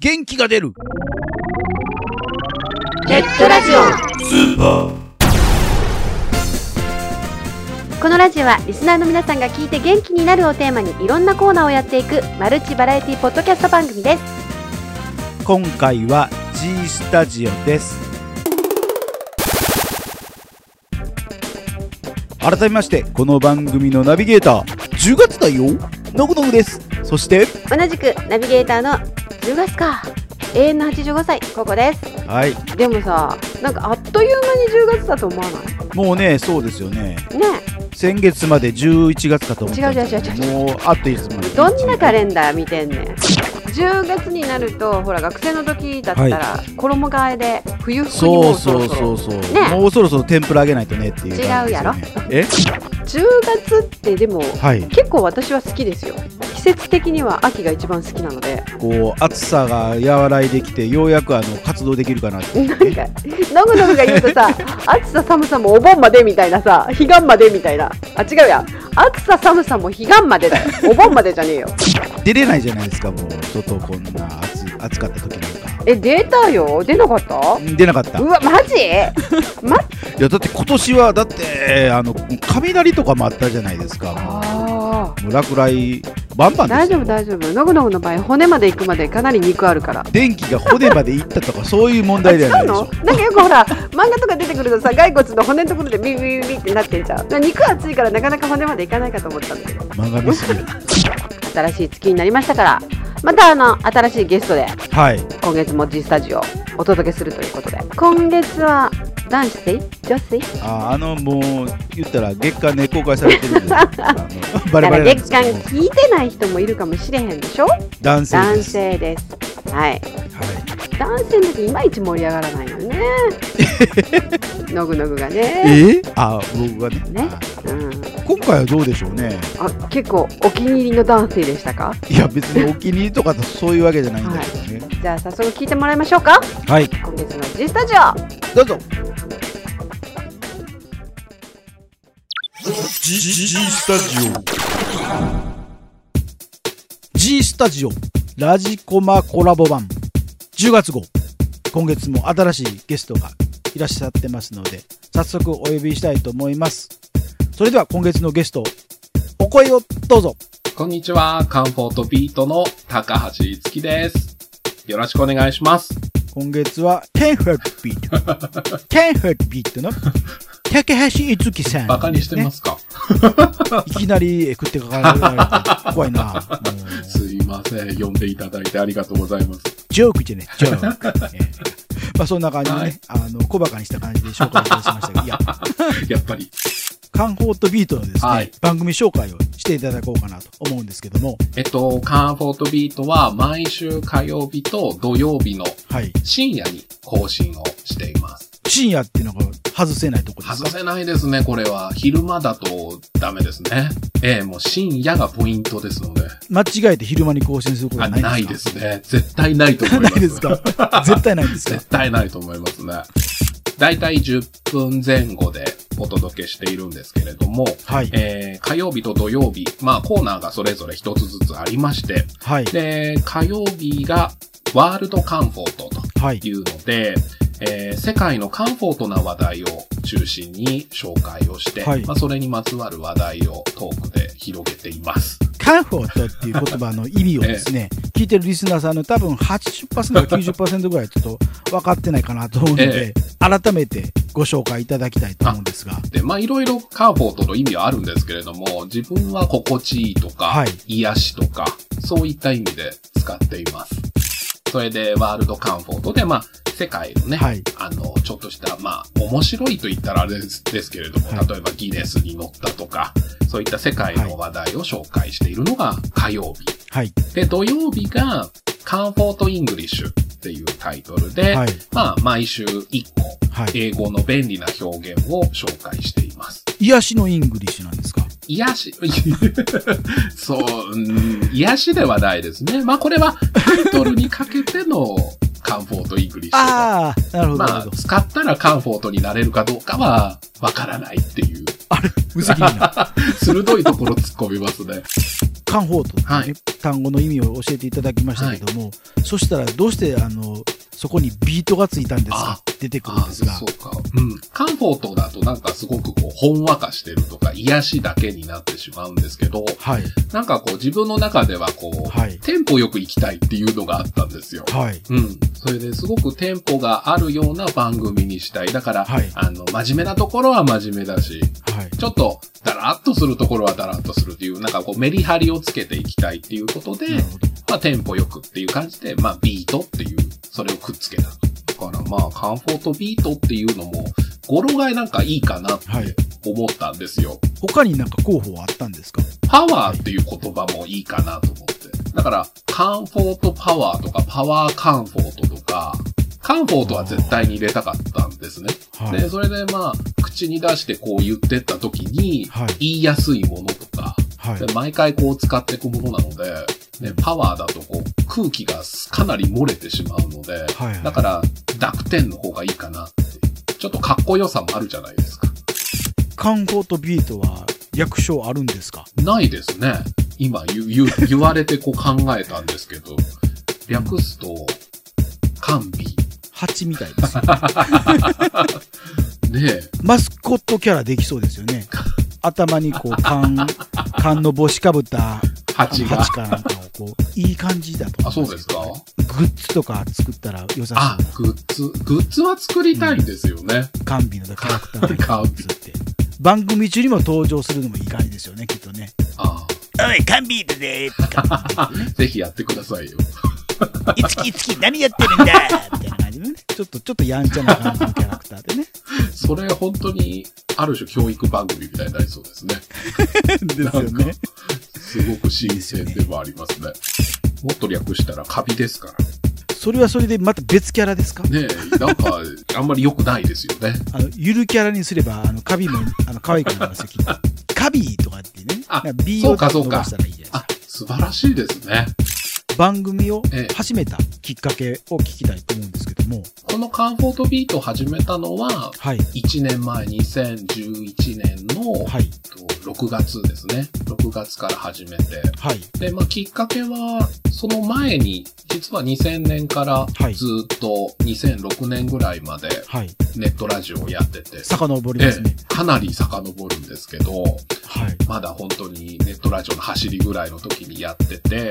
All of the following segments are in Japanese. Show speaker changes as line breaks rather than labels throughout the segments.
元気が出る
ネットラジオこのラジオはリスナーの皆さんが聞いて元気になるをテーマにいろんなコーナーをやっていくマルチバラエティポッドキャスト番組です
今回は G スタジオです改めましてこの番組のナビゲーター10月だよノグノグですそして
同じくナビゲーターの10月か永遠の85歳ここです
はい
でもさなんかあっという間に10月だと思わない
もうねそうですよね
ね
先月まで11月かと思ったんですけど
違う違う違
もうあっという間に
えどんなカレンダー見てんねん10月になるとほら学生の時だったら衣替えで冬服に
そ
も
う
そろ
そう
そろ
そうそう、
ね
もうそろそろ天ぷらあげないとねっていう感じですよね、
10月ってでも
えはい
結構私は好きですよ季節的には秋が一番好きなので
こう暑さが和らいできてようやくあの活動できるかなって
なんかノグノグが言うとさ暑さ寒さもお盆までみたいなさ彼岸までみたいなあ違うや暑さ寒さも彼岸までだよお盆までじゃねえ よ
出れないじゃないですかもう外こんな暑い暑かった時なんか
え出たよ出なかった
出なかった
う
い
わマジ
やだって今年はだってあの雷とかもあったじゃないですか
あ
もう落雷バンバンですよ
大丈夫大丈夫ノグノグの場合骨まで行くまでかなり肉あるから
電気が骨まで行ったとかそういう問題ではな
違
いうでし
の
ょ
なんかよくほら漫画とか出てくるとさ骸骨の骨のところでビビビビってなってんじゃんなんか肉厚いからなかなか骨までいかないかと思ったんだけど
漫画見すぎる
新しい月になりましたからまたあの新しいゲストで
はい
今月も G スタジオをお届けするということで今月は男子女子
ああのもう言ったら月間で公開されてるん であのバレ
だか
バ
ら
レなんで
月
すけど
間聞いてない人もいるかもしれへんでしょ
男性
男
です
性ですはい
はい
男性の時いまいち盛り上がらないよね のぐのぐがね、
えあ僕がね
ね
あ
うん、
今回はどうでしょうね
あ結構お気に入りの男性でしたか
いや別にお気に入りとかとそういうわけじゃないんだけどね
じゃあ早速聞いてもらいましょうか
はい、
今月の G スタジオ
どうぞ
G, G, G Stadio.
G スタジオラジコマコラボ版10月号今月も新しいゲストがいらっしゃってますので早速お呼びしたいと思いますそれでは今月のゲストお声をどうぞ
こんにちは、カンフォートビートの高橋いつきです。よろしくお願いします。
今月は10ヘッドビート10 ヘッドビートの竹橋いつきさん、
バカにしてますか、
いきなり食ってかかられて怖いな。もう
すいません。呼んでいただいてありがとうございます。
ジョークじゃねえ、ジョーク。ええまあそんな感じでね、
はい
あの、小馬鹿にした感じで紹介しましたけど、いや、
やっぱり。
カンフォートビートのですね、
はい
番組紹介をしていただこうかなと思うんですけども、
えっと、カンフォートビートは毎週火曜日と土曜日の
はい。
深夜に更新をしています。
深夜っていうのが外せないとこです
外
か
せないですね、これは。昼間だとダメですね。ええもう深夜がポイントですので。
間違えて昼間に更新すること
あ
は
な
ないいんで
ですすね。絶対ないと思い
か
ま す。
ないですか絶対ないんですか
絶対 ないと思いますね。だいたい10分前後でお届けしているんですけれども、
はい。
えー、火曜日と土曜日、まあコーナーがそれぞれ一つずつありまして、
はい。
で、火曜日がワールドカンフォートと
はい。
いうので、えー、世界のカンフォートな話題を中心に紹介をして、
はい
まあそれにまつわる話題をトークで広げています。
カンフォートっていう言葉の意味をです ね、聞いてるリスナーさんの多分80%か90%ぐらいちょっと分かってないかなと思うの で、改めてご紹介いただきたいと思うんですが、
で、まあいろいろカンフォートの意味はあるんですけれども、自分は心地いいとか、
はい
癒しとか、そういった意味で使っています。それで、ワールドカンフォートで、まあ、世界のね、
はい
あの、ちょっとした、まあ、面白いと言ったらあれですですけれども、
はい
例えばギネスに乗ったとか、そういった世界の話題を紹介しているのが火曜日。
はい。
で、土曜日が、カンフォートイングリッシュっていうタイトルで、
はい。
まあ、毎週1個、
はい。
英語の便利な表現を紹介しています。
癒しのイングリッシュなんですか
癒し、 そう、うん癒しではないですね。まあこれはタイトルにかけてのカンフォートイングリッシュ。
ああ、なるほど、な
ま
る
あ
ほど。
使ったらカンフォートになれるかどうかはわからないっていう
あれ、無責任 な。
鋭いところ突っ込みますね。
カンフォート、ね
はい
単語の意味を教えていただきましたけども、そしたらどうして、あの、そこにビートがついたんですか
あ
って出てくるん
あ
ですが
そ、うか。うん。カンフォートだとなんかすごくこう、ほんわかしてるとか、癒しだけになってしまうんですけど、
はい、
なんかこう、自分の中ではこう、
はい
テンポよく行きたいっていうのがあったんですよ。
はい、
うん。それですごくテンポがあるような番組にしたい。だから、
はい
あの、真面目なところは真面目だし、
はい。
ちょっと、だらっとするところはだらっとするっていう、なんかこう、メリハリをつけていきたいっていうことで、
なるほど。
まあ、テンポよくっていう感じで、まあ、ビートっていう、それをくっつけた。だからまあ、カンフォートビートっていうのも、語呂がなんかいいかなって
はい
思ったんですよ。
他になんか候補はあったんですか
パワーっていう言葉もいいかなと思って。だから、カンフォートパワーとか、パワーカンフォートとか、カンフォートは絶対に入れたかったんですね。
はい
で、。それでまあ、口に出してこう言ってった時に、
はい
言いやすいものとか、
はい
で。毎回こう使っていくものなので、ね、パワーだとこう空気がかなり漏れてしまうので、
はいはい
だから濁点の方がいいかなって。ちょっとかっこよさもあるじゃないですか。
観光とビートは略称あるんですか
ないですね。今言う言う 言われてこう考えたんですけど、略すと、甘美。
蜂みたい ですよ。
ねえ
マスコットキャラできそうですよね。頭にこう、 缶、缶の帽子かぶった
蜂が
蜂。かなんかをこう、いい感じだと
あ、
思
そ
いうま
ですす
けど
か
ねグッズとか作ったら良さ
あ
そうな、。
グッズ、グッズは作りたいんですよね。
カンビのキャラクターの
カ
グ
ンビ
ッズって。番組中にも登場するのもいい感じですよね、きっとね。
あ
おい、カンビートで
あぜひやってくださいよ。
いつきいつき何やってるんだみたいな感じのね。ちょっと、ちょっとやんちゃな感じのキャラクター でね。
それ本当に、ある種教育番組みたいになりそうですね。
ですよね。
すごく新鮮でもありますね。もっと略したらカビですから。
それはそれでまた別キャラですか
ねえ、なんか、あんまり良くないですよね。
あの、ゆるキャラにすれば、あの、カビも、あの、可愛くなりますよ、きっ と。カビーとかってね。
あ
なんか B
そ
を
うか
伸
そうか
ばしたらいいじゃないです
あ
か。、
素晴らしいですね。
番組を
ええ
始めたきっかけを聞きたいと思うんですけども。
このカンフォートビートを始めたのは、
はい。
1年前、2011年の、
はい。
と6月ですね。6月から始めて。
はい。
で、まあ、きっかけは、その前に、実は2000年から
はい
ずっと2006年ぐらいまで
はい。
ネットラジオをやってて、
遡り
え
ますね。
えかなり遡るんですけど、
はい。
まだ本当にネットラジオの走りぐらいの時にやってて、
はい。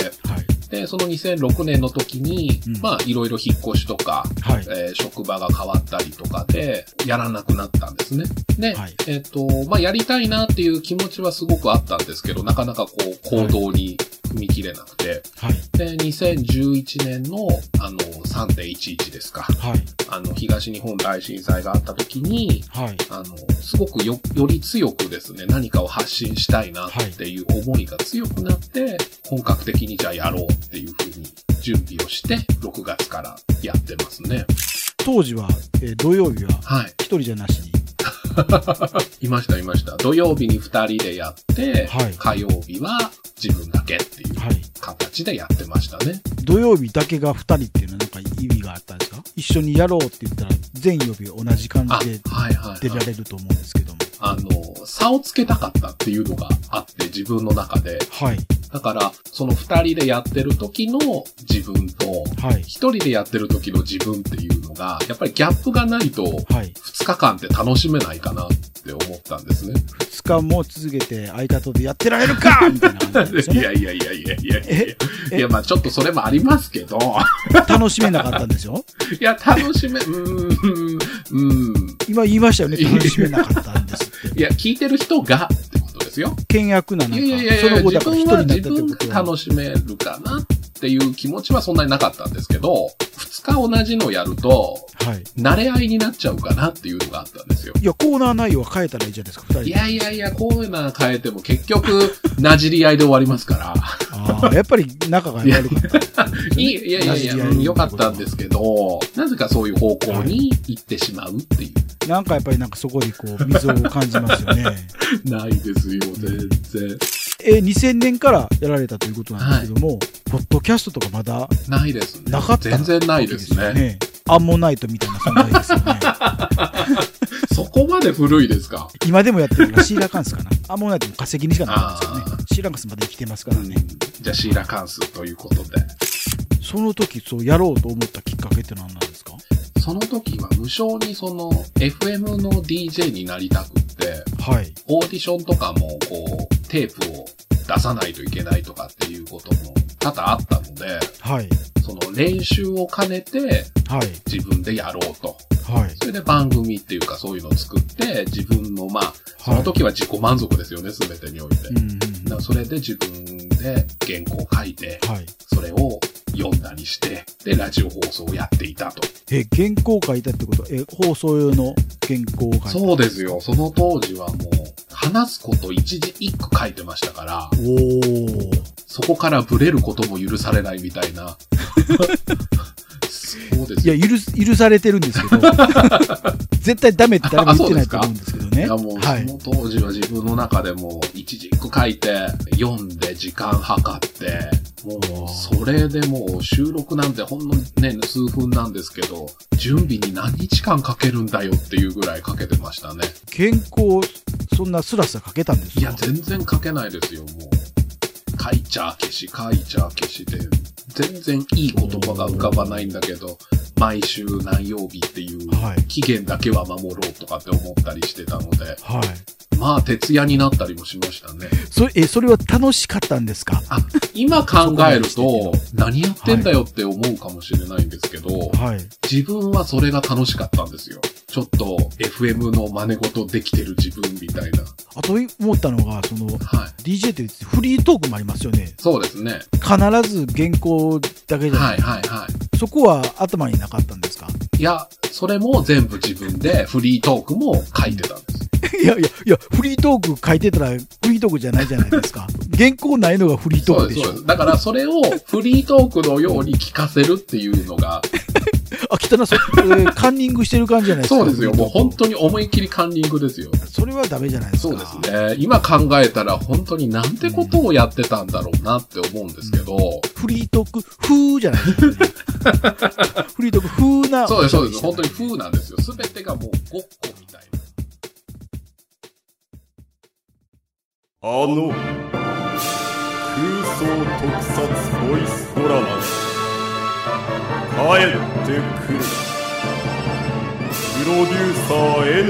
で、その2006年の時に、
うん
まあいろいろ引っ越しとか、
はい。
えー職場が変わったりとかで、やらなくなったんですね。で、
はい
えっ、と、まあやりたいなっていう気持ちはすごくあったんですけど、なかなかこう行動に踏み切れなくて、
はい。
で、2011年の、あの、3.11ですか。
はい。
あの、東日本大震災があった時に、
はい。
あの、すごくよ、より強くですね、何かを発信したいなっていう思いが強くなって、本格的にじゃあやろうっていうふうに準備をして、6月からやってますね。
当時は、えー土曜日は
はい。
一人じゃなしに。
いました、いました。土曜日に二人でやって、
はい
火曜日は自分だけっていう
はい。
形でやってましたね。
土曜日だけが二人っていうのはなんか意味があったんですか一緒にやろうって言ったら、全曜日同じ感
あ、
じで
はいはい、
出
は
ら
い。
れると思うんですけども。
あの、差をつけたかったっていうのがあって、自分の中で。
はい。
だから、その二人でやってる時の自分と、
はい。
一人でやってる時の自分っていうのが、やっぱりギャップがないと、
はい。
二日間って楽しめないかなって思ったんですね。
二日も続けて相方でやってられるかみたいな感じなんですよ
い
ね
や。いやいやいやいやいやい
え
や。いや、まあちょっとそれもありますけど、
楽しめなかったんですよ。
いや、楽しめ、うーん、うん。
今言いましたよね。楽しめなかったんですって。
いや、聞いてる人がってことですよ。
倹約ななん
い
か、
やいやいやい
その
や、
後
自
だから一
分
人
は
になった
自
という
分
こと
が
は。
楽しめるかなっていう気持ちはそんなになかったんですけど、二日同じのやると、
はい。
慣れ合いになっちゃうかなっていうのがあったんですよ。
いや、コーナー内容は変えたらいいじゃないですか、二人
い
で。
やいやいや、こういうのは変えても結局、なじり合いで終わりますから。
ああ、やっぱり仲が悪かったんですね。
いいいやいやいや、うん良かったんですけど、なぜかそういう方向に行ってしまうっていう。
なんかやっぱりなんかそこにこう、溝を感じますよね。
ないですよ、全然。
えー、2000年からやられたということなんですけども、ポッドキャストとかまだ
ないですね。
なかった
全然ないです
よ
ね。
アンモナイトみたいな存在ですよね。
そこまで古いですか。
今でもやってるのがシーラカンスかな。アンモナイトの化石にしかなってないんですよ
あ
ね。シーラカンスまで来てますからね。
じゃあ、シーラカンスということで。
その時、そう、やろうと思ったきっかけって何なんですか
その時は無償にその FM の DJ になりたくって、
はい。
オーディションとかもこう、テープを出さないといけないとかっていうことも多々あったので、
はい。
その練習を兼ねて
はい。
自分でやろうと。
はい。
それで番組っていうかそういうのを作って、自分のまあ、その時は自己満足ですよね、全てにおいて。
うんうん
だからそれで自分で原稿を書いて、
うん。はい。
それを読んだりして、で、ラジオ放送をやっていたと。
え、原稿を書いたってことえ、放送用の原稿を書いた。
そうですよ。その当時はもう、話すこと一字一句書いてましたから、
おー。
そこからブレることも許されないみたいな。そうで
い
す
や、
よ。
許す、許されてるんです けど、絶対ダメって誰も言ってないと思うんですけど
い
ね。
やもう、
はい。
その当時は自分の中でもう一字一句書いて、読んで時間計って、もうそれでもう収録なんてほんのね、数分なんですけど、準備に何日間かけるんだよっていうぐらいかけてましたね。
原稿、そんなスラスラ書けたんですか
いや、全然書けないですよ、もう。書いちゃ消し、書いちゃ消しで、全然いい言葉が浮かばないんだけど、毎週何曜日っていう
はい
期限だけは守ろうとかって思ったりしてたので、
はい。
まあ、徹夜になったりもしましたね。
それ、え、それは楽しかったんですか
あ、今考えると、何やってんだ
は
よって思うかもしれないんですけど、
はい。
自分はそれが楽しかったんですよ。ちょっと FM の真似事できてる自分みたいな。
あと思ったのが、その、
はい。
DJ ってフリートークもありますよね。
そうですね。
必ず原稿だけじゃな。
はいいはいはい。
そこは頭になかったんですか
いや、それも全部自分でフリートークも書いてたんです。
いやいや、いや、フリートーク書いてたらフリートークじゃないじゃないです か。原稿ないのがフリート
そ
ー
う
ク
で、
ですし
そう
ょ
で。す。だからそれをフリートークのように聞かせるっていうのが、
あ、汚な、それ、えーカンニングしてる感じじゃないですか。
そうですよ。もう本
に。
当に思いっきりカンニングですよ。
それはダメじゃないです
そ
か。
うです。ね。今考えたら本当になんてことをやってたんだろうなって思うんですけど、
フリートーク風じゃない ですか、ね。フリートーク風な。
そうです、そうです。本当に風なんですよ。すべてがもうごっこみたいな。
あの空想特撮ボイスドラマ帰ってくるプロデューサー N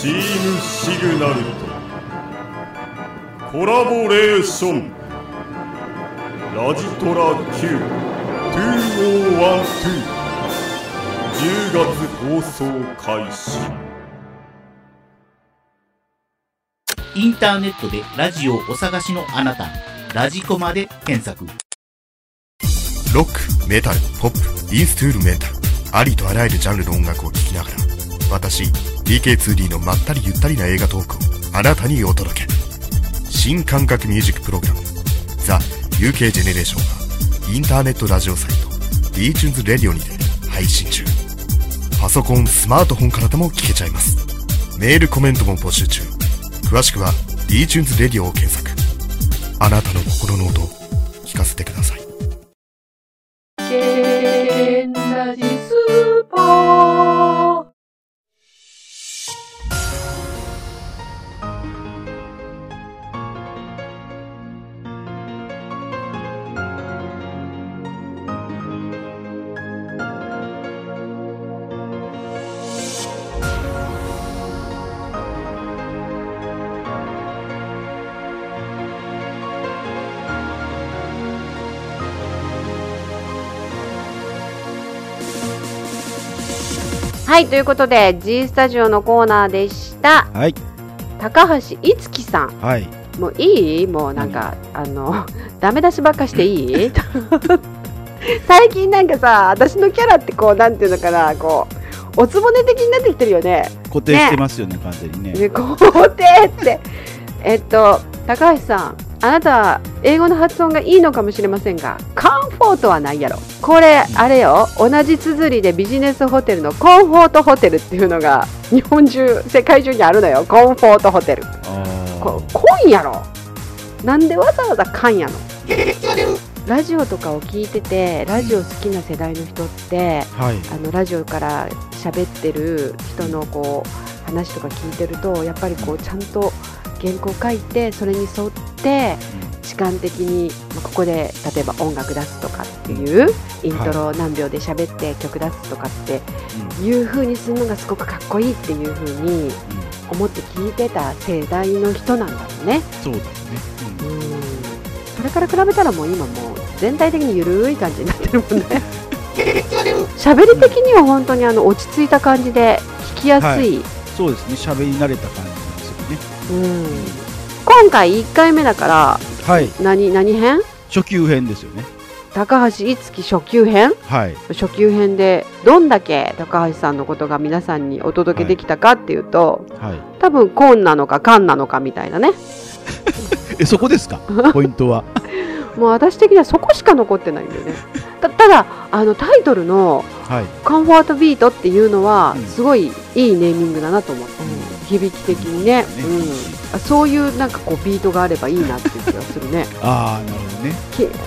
チームシグナルとコラボレーションラジトラ Q2012 10月放送開始
インターネットでラジオをお探しのあなた、ラジコマで検索。
ロックメタルポップインストゥールメンタルありとあらゆるジャンルの音楽を聴きながら私 DK2D のまったりゆったりな映画トークをあなたにお届け新感覚ミュージックプログラム「ザ・ UK ジェネレーションがインターネットラジオサイト DTunes レディオにて配信中パソコンスマートフォンからでも聴けちゃいますメールコメントも募集中詳しくは DTunes レディオを検索あなたの心の音を聞かせてください
けんラジスーパーはいということで G スタジオのコーナーでした
はい。
高橋いつきさん
はい。
もういいもうなんかあの ダメ出しばっかしていい最近なんかさ私のキャラってこうなんていうのかなこうおつぼね的になってきてるよね
固定してますよね、完全にね。
ね肯定ってえっと高橋さんあなたは英語の発音がいいのかもしれませんがカンフォートはないやろこれあれよ同じ綴りでビジネスホテルのコンフォートホテルっていうのが日本中世界中にあるのよコンフォートホテル
あ
こ
ー
こんやろなんでわざわざかんやのラジオとかを聞いててラジオ好きな世代の人って
はい。
あのラジオから喋ってる人のこう話とか聞いてるとやっぱりこうちゃんと原稿書いてそれに沿って時間的にまあここで例えば音楽出すとかっていうイントロを何秒で喋って曲出すとかっていう風にするのがすごくかっこいいっていう風に思って聞いてた世代の人なんだろうね。
そうだよね。
うんそれから比べたらもう今もう全体的にゆるい感じになってるもんね喋り的には本当にあの落ち着いた感じで聞きやすい、
そうですね。喋り慣れた感じなんですよね。
うん今回1回目だから
はい。
何何編
初級編ですよね。
高橋いつき初級編
はい。
初級編でどんだけ高橋さんのことが皆さんにお届けできたかっていうと、
はい。
多分コーンなのかカンなのかみたいなね
え、そこです かポイントは。
もう私的にはそこしか残ってないんだよねたただあのタイトルの
はい。
カンフォートビートっていうのは
うん
すごいいいネーミングだなと思って、
ん
響き的にね、
ね
うんあそういうなんかこうビートがあればいいなっていう気がするね
ああ、なる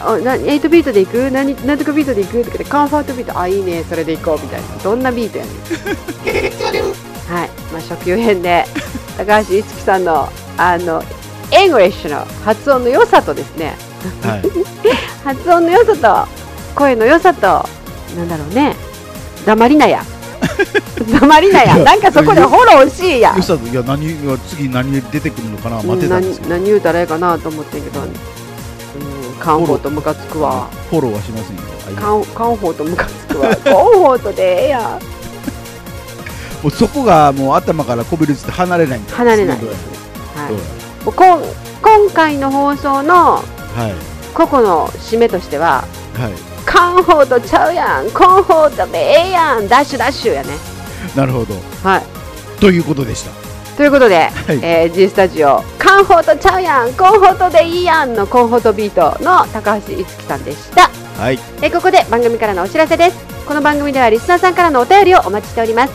ほどね。
きあな8ビートでいく何何とかビートでいくとかでカンフォートビートあいいねそれでいこうみたいなどんなビートやねんはい、まあ、初級編で高橋いつきさんのあの英語レッシュの発音の良さとですね
はい。
発音の良さと声の良さとなんだろうね黙りなや 黙りなやなんかそこでフォローしいや
よさいや何いや次何出てくるのかな待ってたんですけ
何
ど
何言うたらええかなと思ってんけど、うん、カンフォートムカつくわ
フォローはしませんよ
カ
あ
ンカンフォートムカつ くわカンフォートでええやん
もうそこがもう頭からこびりついて離れないんだ
離れない
すご
はい
どう
もうこん今回の放送の
はい
個々の締めとしては
はい
カンフォートちゃうやんコンフォートでええやんダッシュダッシュやね
なるほど
はい
ということでした
ということで、
い
えー G スタジオカンフォートちゃうやんコンフォートでいいやんのコンフォートビートの高橋いつきさんでした
はい
えーここで番組からのお知らせですこの番組ではリスナーさんからのお便りをお待ちしております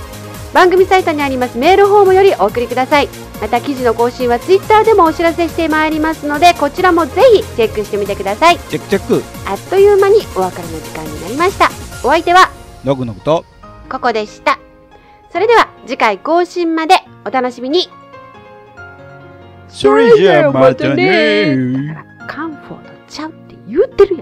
番組サイトにありますメールフォームよりお送りくださいまた記事の更新はツイッターでもお知らせしてまいりますのでこちらもぜひチェックしてみてください
チェックチェック
あっという間にお別れの時間になりましたお相手は
ノグノグと
ここでしたそれでは次回更新までお楽しみに
そ
れじゃあまたねカンフォートちゃうって言ってるやん